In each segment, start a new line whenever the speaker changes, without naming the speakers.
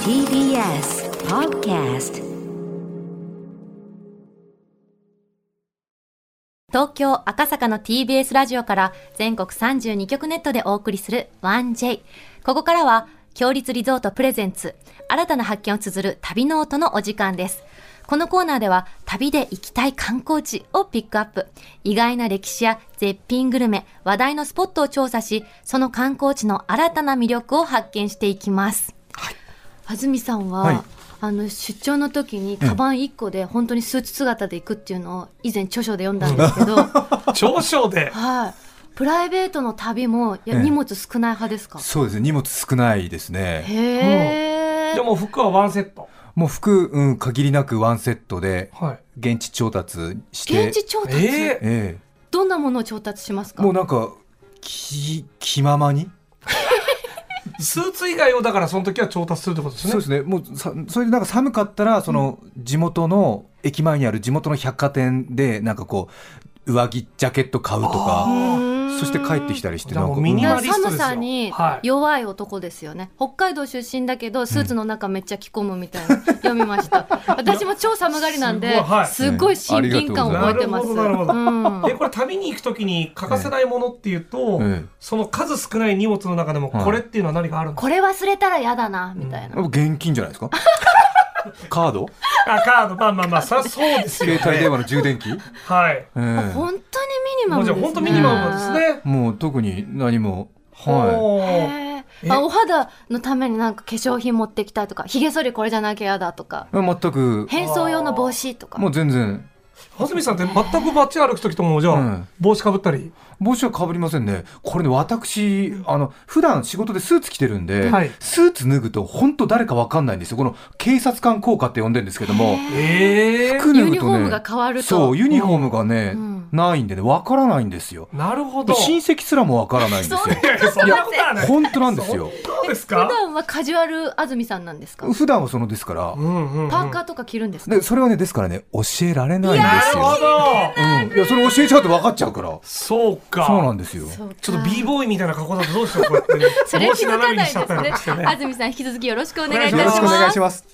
TBS Podcast
東京赤坂の TBS ラジオから全国32局ネットでお送りする 1J。ここからは、強立リゾートプレゼンツ、新たな発見を綴る旅ノートのお時間です。このコーナーでは、旅で行きたい観光地をピックアップ。意外な歴史や絶品グルメ、話題のスポットを調査し、その観光地の新たな魅力を発見していきます。安住さんは、
はい
あの出張の時にカバン1個で本当にスーツ姿で行くっていうのを以前著書で読んだんですけど、
長所で
はい、プライベートの旅もいや
ええ
荷物少ない派ですか、
そうですね、荷物少ないですね。
へえ
でも服はワンセット
もう服、うん、限りなくワンセットで、
はい
現地調達して。
現地調達、
ええ
え
どんなものを調達します
え
か
もうなんか、き、気ままに
スーツ以外をだからその時は調達するってことですね
そうですね。もうさ、それでなんか寒かったら、その、地元の、駅前にある地元の百貨店で、なんかこう、上着、ジャケット買うとか、
あ
ーん
そして帰ってきたりして、
じゃ
な
あ
ん
もう
か、
ミニマ
う
リ
ん
ストですよ
寒さに
はい
弱い男ですよね、北海道出身だけどスーツの中めっちゃ着込むみたい な、読みました私も超寒がりなん
い
で
やす ごいはい
すっごい親近感を覚えてます、
うんありがとうござい
うん
えこれ旅に行く時に欠かせないものっていうと、
え
その数少ない荷物の中でも
はい
これっていうのは何かあるんです
これ忘れたら嫌だなみたいな、
え現金じゃないですかカード
か、あカードまあまあまあそりゃそうですよ
携帯電話の充電器、え
はい
え
本当にミニマム
も
で
うじゃ
すね
あ本当ミニマムですね
もう特に何も、はい。
おー
へ
え
えあお肌のためになんか化粧品持ってきたいとかひげ剃りこれじゃなきゃ嫌だとか
全く、
変装用の帽子とか
もう全然、
蓮見さんって全く街歩く時ともじゃあ、
うん
帽子かぶったり
帽子はかぶりませんね。これね、私、あの、普段仕事でスーツ着てるんで、
はい
スーツ脱ぐと本当誰かわかんないんですよ。この警察官効果って呼んでるんですけども、
ええ
服脱ぐとね、
ユニフォームが変わると
そう、ユニフォームがね、
うん
ないんでね、わからないんですよ。
なるほど
親戚すらもわからないんですよ
そ。う
いやいやそんなことはない
本当なんですよ。
そうです
普
か
段はカジュアル安住さんなんですか
普段はそのですから、
うんうんうん
パーカーとか着るんですか
で、それはね、ですからね、教えられないんで
な
す
るほ
よ。
ど
うん。いや、それ教えちゃうと分かっちゃうから。
そうか
そうなんですよ。
そうか
ちょっと b ボーイみたいな格好だとどうしようこうやっ て
それ気づかない
帽子斜め
で
にしちゃったりなんかし
す
て
ね
ね
安住さん引き続きよろしくお願いいた
よ
します
ろしくお願いします。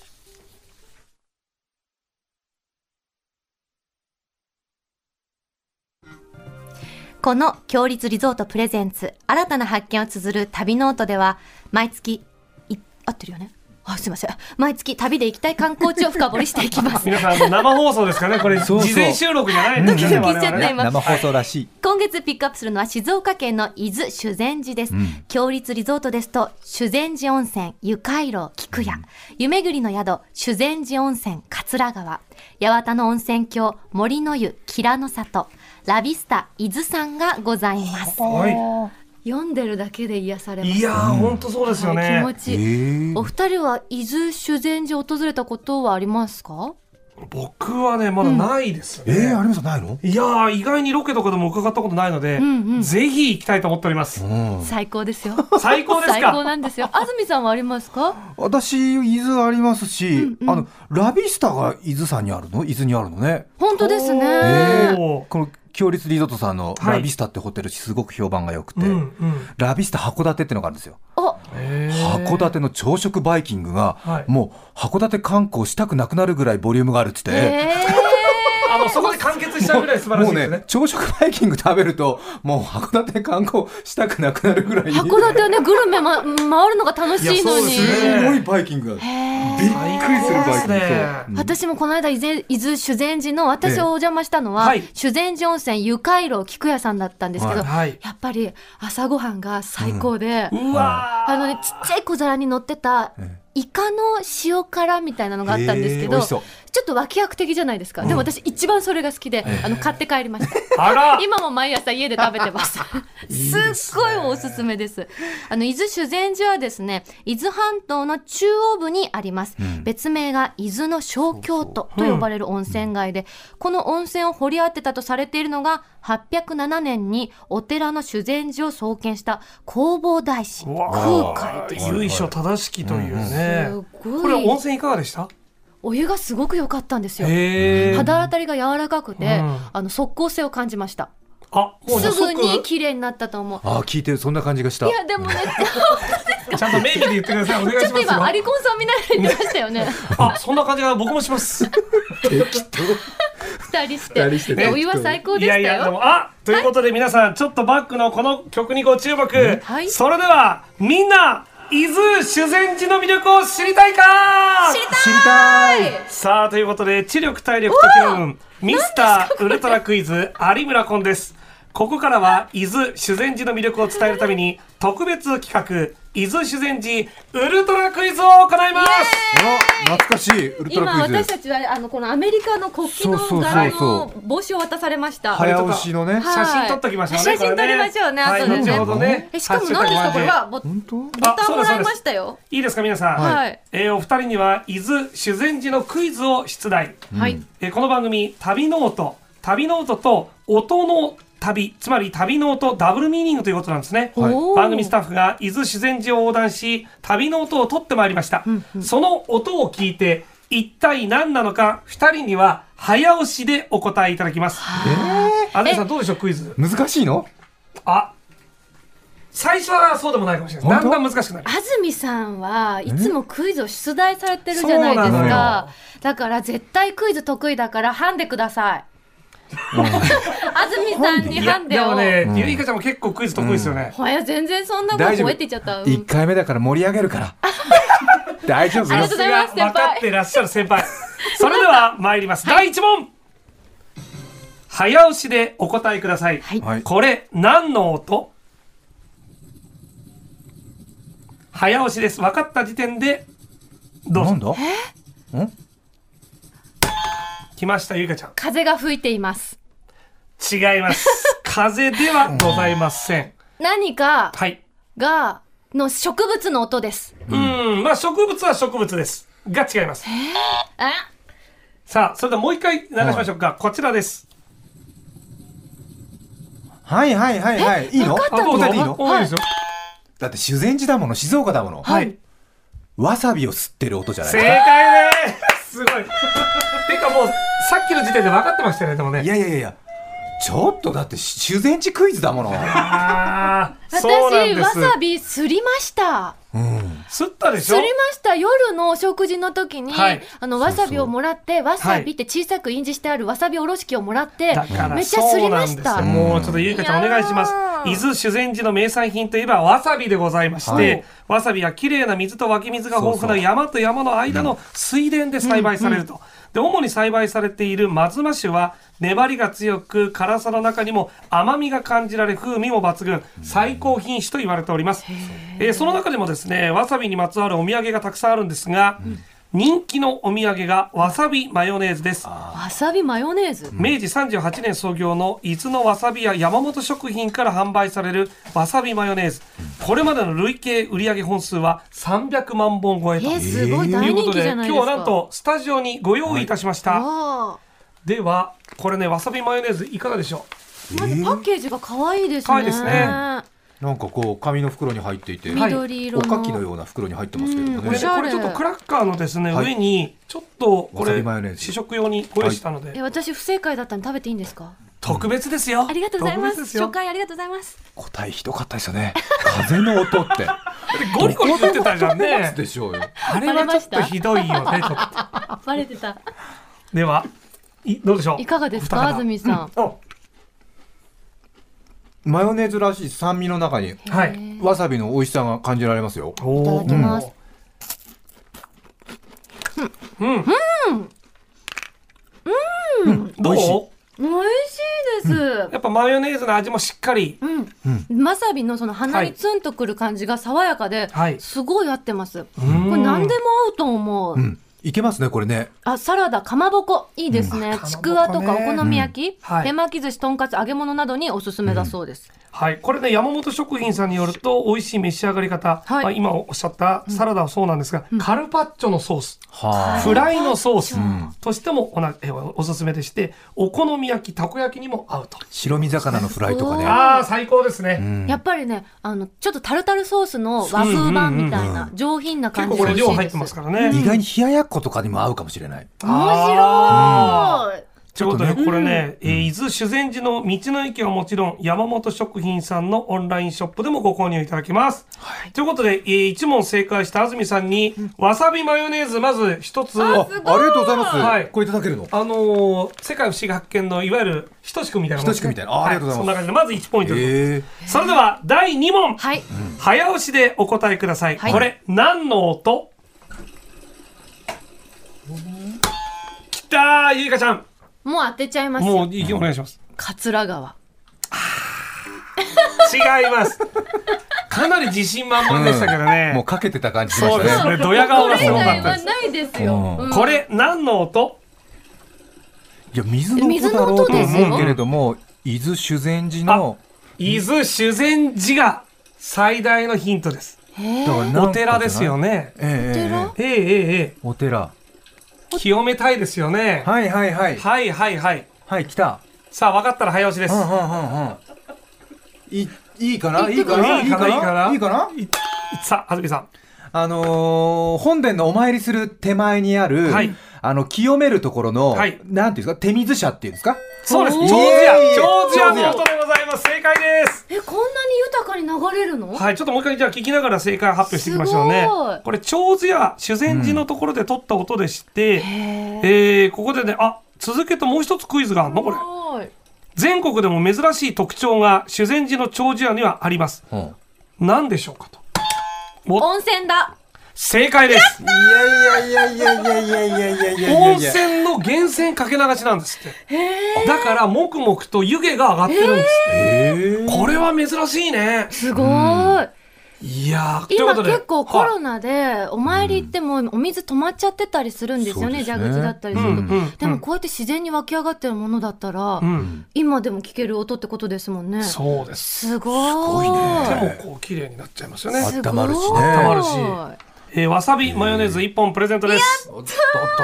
この強立リゾートプレゼンツ新たな発見を綴る旅ノートでは毎月い合ってるよねあすいません毎月旅で行きたい観光地を深掘りしていきます
皆さんあの生放送ですかねこれ
そうそう
事前収録じゃない
ド
で
キ
す
ド
ね
キ
しちゃっ
我々
て
ね
今
生放送らしい。
今月ピックアップするのは静岡県の伊豆修善寺です、
ん
強立リゾートですと修善寺温泉湯海楼菊屋、湯巡りの宿修善寺温泉桂川八幡の温泉郷森の湯吉良の里ラビスタ伊豆山がございます
は
読んでるだけで癒され
いいやー本当そうですよね
はい気持ちいい、
ええ
お二人は伊豆修善寺を訪れたことはありますか
僕はねまだないです
えー、
ね
有馬さんないの？
いやー意外にロケとかでも伺ったことないので
んうん
ぜひ行きたいと思っております
うん。
最高ですよ
最高です
最高
か
なんですよ安住さんはありますか
私伊豆ありますし、
うん
あのラビスタが伊豆さんにあるの？伊豆にあるのね。
本当ですね、
え
おー
この強立リゾートさんの
はい
ラビスタってホテルすごく評判が良くて、
うんうん
ラビスタ函館ってのがあるんですよ。
お
え
函館の朝食バイキングが、
はい
もう函館観光したくなくなるぐらいボリュームがあるっつって。
え
あのそこで完結しちゃうぐらい素晴ら
も
しいうです
ね
ね、
朝食バイキング食べると、もう函館観光したくなくなるぐらい、
ー、函館はねグルメ、ま、回るのが楽しいのに
いやそうですね
すごいバイキングがある。
へー
びっくりするバイキング
最高ですね
そううん。
私もこの間伊豆伊豆修善寺の私
ええ
お邪魔したのは、
はい
修善寺温泉湯海楼菊屋さんだったんですけど、
は
はい
やっぱり朝ごはんが最高で、
うわー
あのねちっちゃい小皿に乗ってた
え
イカの塩辛みたいなのがあったんですけ
へー美
ど、
味し
ち
そ
ょ
う
っと脇役的じゃないですか、でも私一番それが好きで、あの買って帰りました
あ ら
今も毎朝家で食べて ます。すっごいおすすめです。あの、伊豆修善寺はですね、伊豆半島の中央部にあります。別名が伊豆の小京都と呼ばれる温泉街で、この温泉を掘り当てたとされているのが、807年にお寺の修善寺を創建した弘法大師、
う
空
わ
海です。
由緒正しきというね、
すごい
これ温泉いかがでした
お湯がすごく良かったんですよ。
へー
肌当たりが柔らかくて、
うん
あの、即効性を感じました。
あもう
すぐに
即
綺麗になったと思う。
ああ聞いてるそんな感じがした
いやでもね、
ちゃんと名義で言ってくださいお願い
ちょ
し
っ
ま
と
すよ
今アリコンさん見ながら言ってましたよね。
あそんな感じが僕もします
適
二人し
当
て。
にして
いやお湯は最高でし
い
た
や
よ。
いやでもあということで皆さんちょっとバックのこの曲にご注目、
はい
それではみんな伊豆修善寺の魅力を知りたいか
知り
知りたい
さあということで知力体力時の運ミスターウルトラクイズ有村コンですここからは伊豆修善寺の魅力を伝えるために特別企画伊豆修善寺ウルトラクイズを行います
あ懐かしいウルト
今
ラクイ
私
ズ
たちはあのこのアメリカの国旗の
そうそうそう
柄の帽子を渡されました。
早押しのね
はい
写真撮っときましょうね
写真
これ
撮りましょうね
はい
後でね
後ほどね
えしかも何ですかこれはボ
本当
ボタンもらいましたよ。
いいですか皆さん、
はい
えーお二人には伊豆修善寺のクイズを出題、
はい。
えーこの番組「旅ノート」「旅ノート」と「音の旅」つまり「旅ノート」ダブルミーニングということなんですね
はい
おー
番組スタッフが伊豆修善寺を横断し旅の音を取ってまいりました、その音を聞いて一体何なのか二人には早押しでお答えいただきます安住さんどうでしょうクイズ
難しいの
あ最初はそうでもないかもしれないだ
本当
んだん難しくなる
安住さんはいつもクイズを出題されてるじゃないです
そうな
か。だから絶対クイズ得意だからハンデください。安住さんにハンデ
で
を。
も
い
ね、ゆいかちゃんも結構クイズ得意ですよね、
や全然そんなこと
大丈
覚
夫
えてちゃった。うん
一回目だから盛り上げるから 大丈夫
あり
よ
がとうございます
さが分かってらっしゃる先輩それでは参ります、第1問早押しでお答えください、
はい。
はい
これ何の音早押しです分かった時点でどう
な
ぞ
んだん
来ましたゆいかちゃ
風が吹いています。
ん違います 風ではございません
何か
はい
がの植物の音です。
うんまあ植物は植物ですが違います
え
さあそれではもう一回流しましょうか、こちらです
はいはいはいはいいいの
わかった
どう
答
ぞ
えていいの
お願いしますよ
だって修善寺だもの静岡だもの
はい。
わさびを吸ってる音じゃない
正解ですすごい てかもうさっきの時点で分かってましたよねでもね
いやいやいやいやちょっとだって修善寺クイズだ もの
ああそうなん
私
で
わ
す
さびすりました。
うん
吸ったでし
す
ょ
りました夜のお食事の時に、
はい
あのわさびをもらってわ
は
さ
い
びって小さく印字してあるわさびおろし器をもらって、
だから
めっちゃすりました
そうなんですよもうちょっとゆいかちゃんお願いします
いやー
伊豆修善寺の名産品といえばわさびでございまして、
はい
わさびは綺麗な水と湧き水が豊富
そう
な
そう
山と山の間の水田で栽培されると、で主に栽培されている松間酒は粘りが強く辛さの中にも甘みが感じられ風味も抜群最高品種と言われております、えーその中でもですねわさびにまつわるお土産がたくさんあるんですが、人気のお土産がわさびマヨネーズです
わさびマヨネーズ、
明治38年創業の伊豆のわさび屋山本食品から販売されるわさびマヨネーズこれまでの累計売上本数は300万本超え
え
と
ー、すごい
い
大
うこ
人
と
気
で、
じゃ
今
ない
日
ですか、
はなんとスタジオにご用意いたしました、
わ
ではこれねわさびマヨネーズいかがでしょ
ーまずパッケージが可愛いですね
可愛いですね
なんかこう紙の袋に入っていて、
はい
緑色
お
の、
かきのような袋に入ってますけれども
うん
ね
うこれ,、
おしゃれ
これちょっとクラッカーのですね、
はい
上にちょっとこ
わさ
れ
びマヨネーズ
試食用にご用意したので、
え私不正解だったの食べていいんですか
特別ですよ
ありがとうございま
特
す
別でよ
初回ありがとうございます
答えひどかったですよね風の音 って
ゴリゴリ言ってたじゃん ね
でしょうよ
あれはちょっとひどいよねちょっと
あバレてた
では、いどうでしょう。
いかがですか
お二方
安住さん、
お
マヨネーズらしい酸味の中に
は
へ
い。
ー
わさびの美味しさが感じられますよ
お
いただきます
うん。うん。うん。ど
美
う
味しい
美味しいです、
やっぱマヨネーズの味もしっかり。
うん、わさびのその鼻にツンとくる感じが爽やかで、
はい
すごい合ってます、
こ
これ何で
も。
も合うと思う、
うんいけますねこれね
あサラダかまぼこいいですね、
うんあ
ちくわとか
かまぼ
お
こね
好み焼き、
うんはい
手巻き寿司とんかつ揚げ物などにおすすめだそうです、
はい。これね、山本食品さんによると、美味しい召し上がり方。
はい
まあ今おっしゃったサラダはそうなんですが、カルパッチョのソース。
は
フライのソース
ん
としてもおなえおすすめでして、お好み焼き、たこ焼きにも合うと。
白身魚のフライとか
う
ね
ん
ああ、最高ですね。
やっぱりねあのちょっとタルタルソースの和風版みたいな上品な
結
感
構
じ
こ
が
れ
美味
量
しいで
入って
す
ますから
意
ね。
外に冷ややっことかにも合うかもしれない
面白い
ということで、
ちょっとね
これね、えー伊豆修善寺の道の駅はもちろん、山本食品さんのオンラインショップでもご購入いただけます。ということで、え1問正解した安住さんに、わさびマヨネーズ、まず一つ。
あありがとうございます、
はい
これいただけるの
あのー世界不思議発見のいわゆる等しくみたいなもんで
等
すね
しくみたいなあありがとうございます
はそんな感じでまず1ポイントです、
え
それでは第2問、
はい。
早押しでお答えください、
はい
これ何の音きたーゆいかちゃん
もう当てちゃいます
もう
よ。
意見お願いします
桂川。
違いますかなり自信満々でしたけどね、
ー、もうかけてた感じしま
そう
し
で
た
す
ね
ねドヤ顔
こ
が
れ
す
以
ごか
外
った
は
です
ないですよ。
う
うん
これ何の音
いや水の音だろう
水の音
と
です
思
よ
うけれども伊豆修善寺の
伊豆修善寺が最大のヒントです
へ
だから
ー
なんかじゃない
お寺ですよね
ええええええ
えええええ
お寺
え清めたいですよね
はいはいはい
はいはいはい
はい来た
さあ分かったら早押しです
うんうんうんうんいいいかない
言
い
って
か
く
れ
ないいか
いいかな
ないいかな
さあ安住さん
あのー本殿のお参りする手前にある、
はい
あの清めるところの、
はい
なんていうんですか手水舎っていうんですか
そうです
おー
長寿屋
イエーイ
長寿屋の音でございます正解です
え、こんなに豊かに流れるの
はいちょっともう一回じゃあ聞きながら正解発表していきましょうね
すごい
これ長寿屋修善寺のところで取った音でして、
へー。
えーここでねあ続けてもう一つクイズがあるのこれ
れ。
全国でも珍しい特徴が修善寺の長寿屋にはあります
うんい
何でしょうかとお
温泉だ。
正解です
やいやいやいやいやいやいやいや
温泉の源泉かけ流しなんですってだからもくもくと湯気が上がってるんですって
えー
これは珍しいね
すごーい。
いやーというこ
今
とで
結構コ
は
ロナでお参り行ってもお水止まっちゃってたりするんですよね、
そうですね
蛇口だったり
い
すると、
うんうん
でもこうやって自然に湧き上がってるものだったら、
うんうん
今でも聞ける音ってことですもんね
そうです
すご
ご
ー
いね
手
い
もこう綺麗になっちゃいますよね
あ
すごい
温まるしね
温まるしえーわさびマヨネーズ1本プレゼントです
と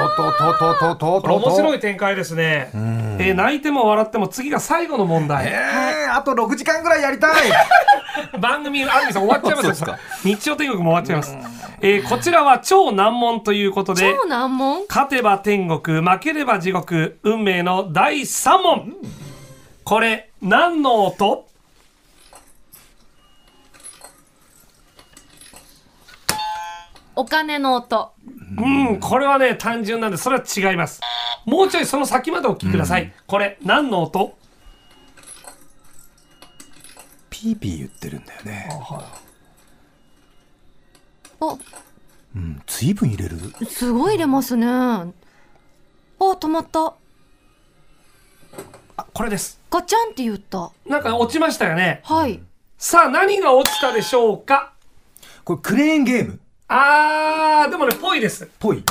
とととととと
これ面白
い
い展開ですねえー泣いても笑っても次が最後の問
え
題
ー、あと6時間ぐらいやりたい
番組アンミさん終わっちゃいます
そ
よ
うで
日曜天国も終わっちゃいますえーこちらは超難問ということで
超難問
勝てば天国負ければ地獄運命の第3問これ何の音
お金の音
うんこれはね単純なんでそれは違いますもうちょいその先までお聞きください、これ何の音
ピーピー言ってるんだよね
お
うん随分入れる
すごい入れますねあ止まった
あこれです
ガチャンって言った
なんか落ちましたよね
はい
さあ何が落ちたでしょうか
これクレーンゲームっ
あーでもねぽいです
ぽい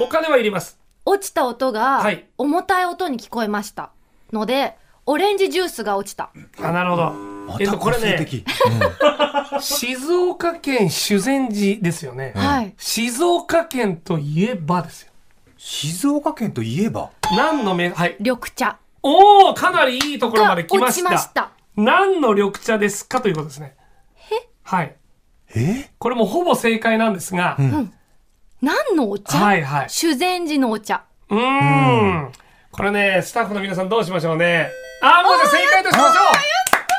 お金はいります
落ちた音が
はい
重たい音に聞こえましたのでオレンジジュースが落ちた
あなるほど
ま
えっと
た
こ
個
れ
性
ね
的、
静岡県修善寺ですよね、
はい
静岡県といえばですよ
静岡県といえば
何のめはい
緑茶
おおかなりいいところま
が
で
落
来まし
ち
た
ました
何の緑茶ですかということですねはい
え
これもほぼ正解なんですが、
何のお茶、
はいはい
修善寺のお茶
うーんこれねスタッフの皆さんどうしましょうねあーもうじゃあ正解としましょう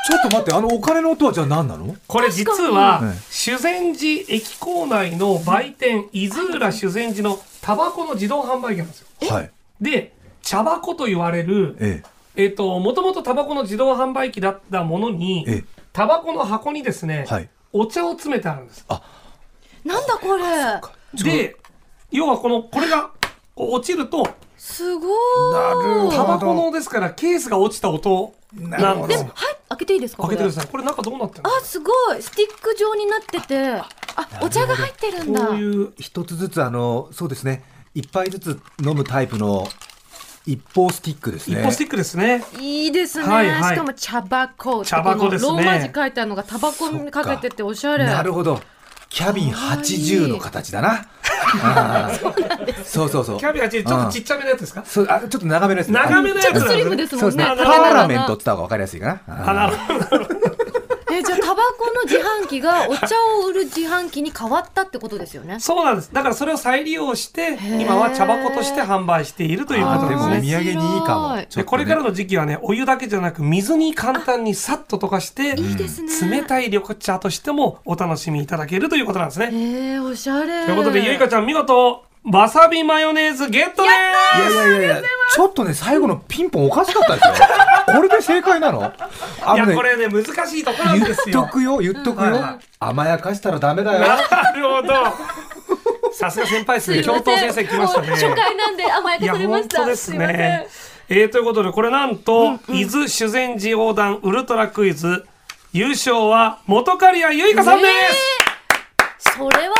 ちょっと待ってあのお金の音はじゃあ何なの
これ実
確か
は
に
修善寺駅構内の売店伊豆浦修善寺のタバコの自動販売機なんですよ
はい
で茶箱と言われる
え
えっ、ともともとタバコの自動販売機だったもの
え
に
え
タバコの箱にですね、
えはい
お茶を詰めてあるんです
なんだこれ
で要はこのこれがこう落ちると
すご
なるほ
ーい
ど
タバコのですからケースが落ちた音
な
な
る
ん
ほ
で
ど
す
はい開けていいですか
開けてくだ
い
さいこれ中どうなってるの
あすごいスティック状になっててあお茶が入ってるんだ
こういう
一つずつあのそうですね一杯ずつ飲むタイプの一方スティックです
一
ね
歩スティックですね
いいですね、
はいはい
しかも茶箱
茶箱ですね
ローマ字書いてあるのがタバコにかけてておしゃれ
なる
ほ
ほどキャビン80の形だなあーそうそうそう
キャビアチちょっとちっちゃめのやつですか
そうあちょっと長めのやつ
長めのやつ
ちょっとスリムです
そ
も
うんです
ね
ねパ
あ
食べな
の
がら
ーラメントって言った方が分かりやすいかなあー
あなるほど
えじゃあタババコの自販機がお茶を売る自販機に変わったってことですよね。
そうなんです。だからそれを再利用して、
ー
今は茶箱として販売しているということ
あ
で
ですも
ね
お。土産にいいかも
面白い
ちょっと
で
ね
これからの時期はね、お湯だけじゃなく、水に簡単にさっと溶かして、
いいですね。
冷たい緑茶としてもお楽しみいただけるということなんですね。
えー、おしゃれ。
ということで、ゆいかちゃん見事、わさびマヨネーズゲットで
いやいやいやいやちょっとね最後のピンポンおかしかったですよ これで正解なのあ
すい
の
や、
ね
これね、難しいところなん
言
で
っ
す
と
よ。
くよ言っとく
うん
よ
はい
甘やかしたらダメだよ
なるほど。さすが先輩ですね。教頭先生来ましたね。
初回なんで甘や
い
か
や
されま
本
した。
当です
いません
ね。えー、ということでこれなんと、伊豆修善寺横断ウルトラクイズ優勝は元刈谷由香さんです、
えーそれは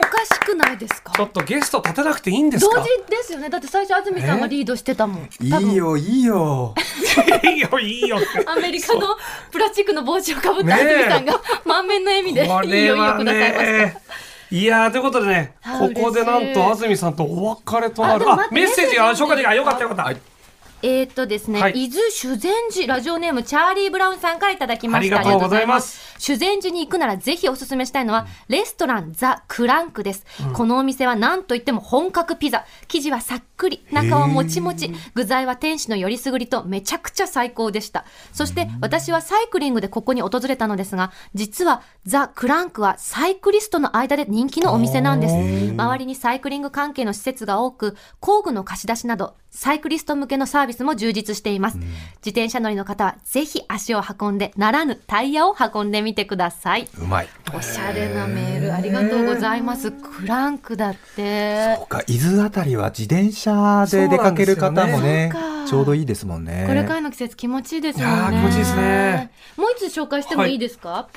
おおかしくないですか
ちょっとゲスト立てなくていいんです
同
か
時ですよねだって最初安住さんがリードしてたもん、多分
いいよいいよ
いいよい いよって
アメリカのプラスチックの帽子をかぶった
ね
安
え
住さんが満面の笑みでいい
こ
よいい
れ
よ
は
くださいました。
ねいやーということでね
あ
ここでなん
嬉しい
と安住さんとお別れとな
あで
る
も
あ
待って
メッセージ
メ
あ
ッセージ
紹介できあよかったよかった、
はい
えーっとですね、
はい
伊豆修善寺ラジオネームチャーリー・ブラウンさんからいただきました
ありがとうござ
あり
います
がとうございます修善寺に行くならぜひおすすめしたいのはレストランザ・クランクです、このお店は何といっても本格ピザ生地はさっくり中はもちもち具材は店主のよりすぐりとめちゃくちゃ最高でしたそして私はサイクリングでここに訪れたのですが実はザ・クランクはサイクリストの間で人気のお店なんです周りにサイクリング関係の施設が多く工具の貸し出しなどサイクリスト向けのサービスも充実しています、自転車乗りの方はぜひ足を運んでならぬタイヤを運んでみてくださいう
まい
おしゃれなメールありがとうございますクランクだって
そっか伊豆あたりは自転車で出かける方もね
そうなんですよね
ちょうどいいですもんね
これからの季節気持ちいいですよ
いや
ね
ー気持ちいいですね
もう一つ紹介してもいいですか、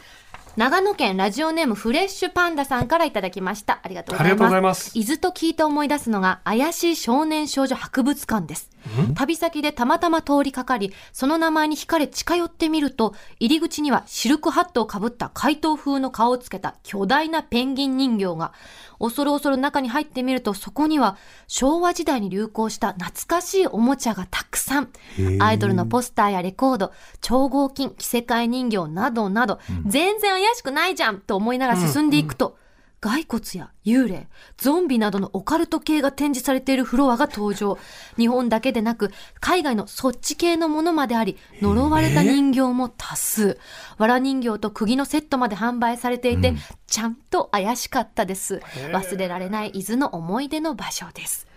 長野県ラジオネームフレッシュパンダさんからいただきましたありがとうござい
ありがとう
ま
ご
す
ざいます
伊豆と聞いて思い出すのが怪しい少年少女博物館です旅先でたまたま通りかかりその名前に惹かれ近寄ってみると入り口にはシルクハットをかぶった怪盗風の顔をつけた巨大なペンギン人形が恐る恐る中に入ってみるとそこには昭和時代に流行した懐かしいおもちゃがたくさん
へえ
アイドルのポスターやレコード超合金着せ替え人形などなど、全然怪しくないじゃんと思いながら進んでいくと、骸骨や幽霊、ゾンビなどのオカルト系が展示されているフロアが登場。日本だけでなく、海外のそっち系のものまであり、呪われた人形も多数。わら人形と釘のセットまで販売されていて、ちゃんと怪しかったです。忘れられない伊豆の思い出の場所です。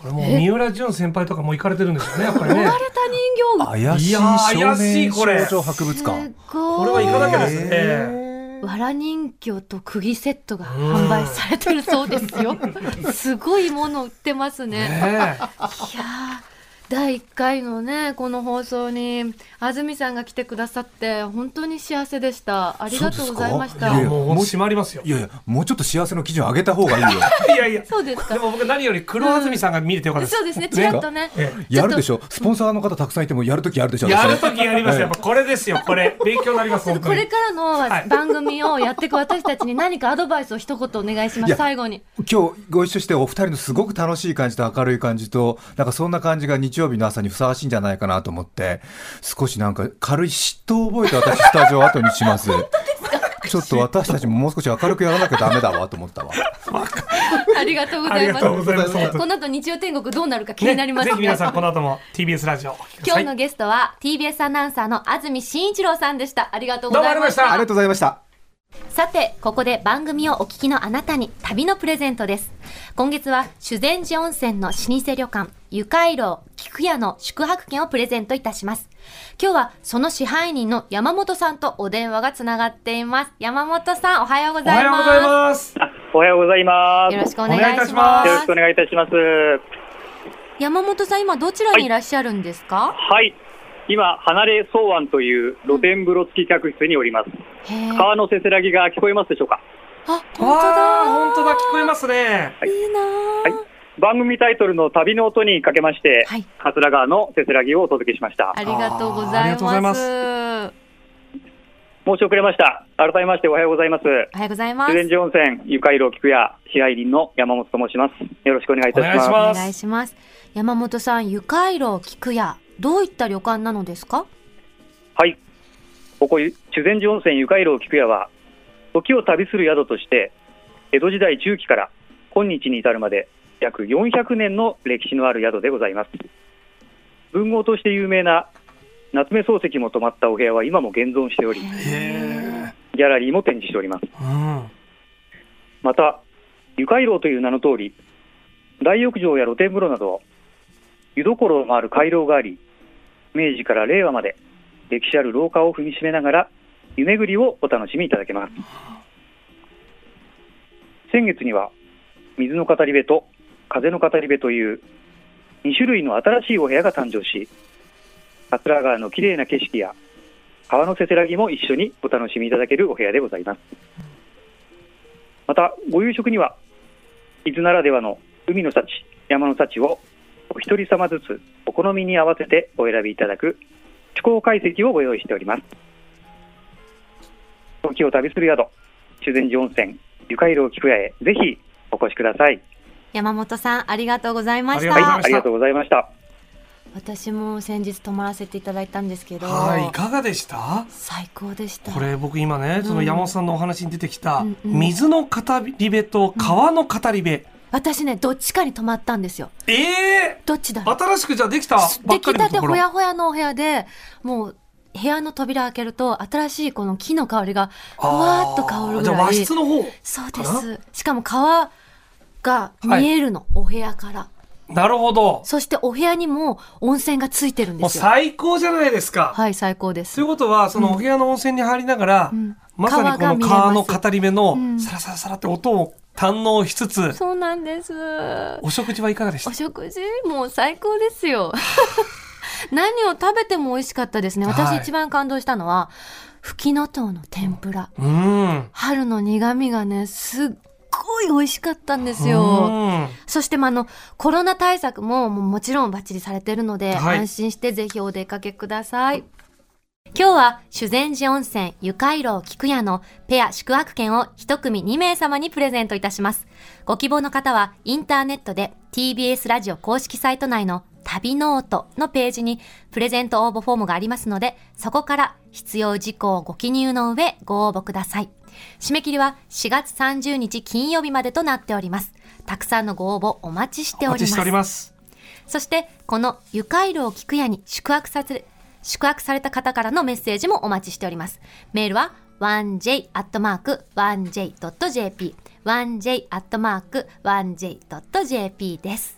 これもう三浦淳先輩とかもう行かれてるんですよねやっぱりね
われた人形
怪しい
いやー
少
怪しい
年
これ
少女博物館
すごい。
これは行かなきゃですね、
わら人形と釘セットが販売されてるそうですよ。すごいもの売ってますね。
ねえ
いやー第1回のねこの放送に安住さんが来てくださって本当に幸せでしたありがとうございまし
そう
た
ですか
もうほんと閉まりますよ
いやいやもうちょっと幸せの基準上げた方がいい よ
いやいや
そうですか
でも僕何より黒安住さんが見れてよかったです、
そうですねちらっとね
ええ
やるで
ち
しょスポンサーの方たくさんいてもやるときやるでしょ
やる
私
ときやりますよ。やっぱこれですよ。これ。勉強になります。
ょっと
本
こ
当
れ
に。
から
は
の
い
番組をやっていく私たちに何かアドバイスを一言お願いしま
い
す
や
最後に
今日ご一緒してお二人のすごく楽しい感じと明るい感じとなんかそんな感じが日曜日の朝にふさわしいんじゃないかなと思って少しなんか軽い嫉妬を覚えて私スタジオを後にしますちょっと私たちももう少し明るくやらなきゃダメだわと思ったわ
ありがとうご
あ
ざ
り
い
が
ま
とうご
す
ざいます。
この後日曜天国どうなるか気になります
ねぜひ皆さん、
今
この後も TBS ラジオ。
日のゲストは TBS アナウンサーの安住紳一郎さんでしたありがとう
ど
ご
うもあ
ざい
りがとうございま
ま
し
した
た
ありがとうございました
さて、ここで番組をお聞きのあなたに旅のプレゼントです。今月は修善寺温泉の老舗旅館、ゆかいろう菊屋の宿泊券をプレゼントいたします。今日はその支配人の山本さんとお電話がつながっています。山本さん、おはようご
お
ざ
はいよう
ま
ご
す。
ざいます。
あおはようございます。
よろしくお
お願
願
い
い
いた
し
し
ま。
ます
よろしくお願いいたします。
山本さん、今どちらにいらっしゃるんですか、
はい。今、離れ草湾という露天風呂付き客室におります。
へえ。
川のせせらぎが聞こえますでしょうか
あ、本当
わあ、本当
だ
だ。聞こえますね。
ー。いいなー
は番組タイトルの旅の音にかけまして、
はい。
桂川のせせらぎをお届けしました
あ。りがとうご
あーあ
ざ
り
い
がとうござい
ま。
ますす
申し遅れました。改めましておはようございます。
おはようございます
修。善寺温泉ゆかいろ菊屋支配人の山本と申します。よろしくお願いいたしま
お願いし
す。
ま
お
す
願いします。山本さん、ゆかいろう菊屋、どういった旅館なのですか。
はい。ここ修善寺温泉ゆかいろう菊屋は時を旅する宿として江戸時代中期から今日に至るまで約400年の歴史のある宿でございます文豪として有名な夏目漱石も泊まったお部屋は今も現存しており
へえ。
ギャラリーも展示しております
うん。
また湯回廊という名の通り大浴場や露天風呂など湯どころもある回廊があり明治から令和まで歴史ある廊下を踏みしめながら湯巡りをお楽しみいただけます先月には水の語り部と風の語り部という2種類の新しいお部屋が誕生し桂川の綺麗な景色や川のせせらぎも一緒にお楽しみいただけるお部屋でございますまたご夕食には伊豆ならではの海の幸山の幸をお一人様ずつお好みに合わせてお選びいただく趣向解析をご用意しております時を旅する宿修善寺温泉ゆかいろう菊屋へぜひお越しください
山本さん、ありがとうございまし
ありがとうござい
た
ま
あ。りがとうございました
私も先日泊まらせていただいたんですけど、
はい、いかがでした
最高でした。
これ僕今ね、その山本さんのお話に出てきた、
うんうん
水の語り部と川の語り部。
私ね、どっちかに泊まったんですよ。
ええ
どっちだろう
新しくじゃあできたばっ
出来
かりの
た
と
て
こ
ほ
ろ。
やほやのお部屋で、もう、部屋の扉開けると、新しいこの木の香りが、ふわーっと香るぐ
じゃあ
ら
和
い。
室の方。
そうです。しかも川が見えるの、お部屋から。
なるほど。
そしてお部屋にも温泉がついてるん
も
で
う
すよ。
最高じゃないですか。
はい、最高です
という。ことは、そのお部屋の温泉に入りながら、
うん
まさに
川
こ
が見
の
れ
川の
ます
語り目
う
の
ん
サラサラサラって音を堪能しつつ、
そうなんです。
お食事はいかがでした
お食事もう最高です よ。何を食べても美味しかったですね。
は
私
い
一番感動したのは、ふきのとうの天ぷら。
うん。
春の苦味がね、すっごい美味しかったんです
う
よ。
ん
そして、まあ、あの、コロナ対策ももうもちろんバッチリされてるので、
はい
安心してぜひお出かけください。今日は、修善寺温泉ゆかいろう菊屋のペア宿泊券を一組2名様にプレゼントいたします。ご希望の方は、インターネットで TBS ラジオ公式サイト内の旅ノートのページにプレゼント応募フォームがありますので、そこから必要事項をご記入の上ご応募ください。締め切りは4月30日金曜日までとなっております。たくさんのご応募お待ちして
お
お
待
り
ちして
ま
おり
す。
ます。
そして、このゆかいろう菊屋に宿泊させ、宿泊された方からのメッセージもお待ちしております。メールは 1j.1j.jp、1j.1j.jp です。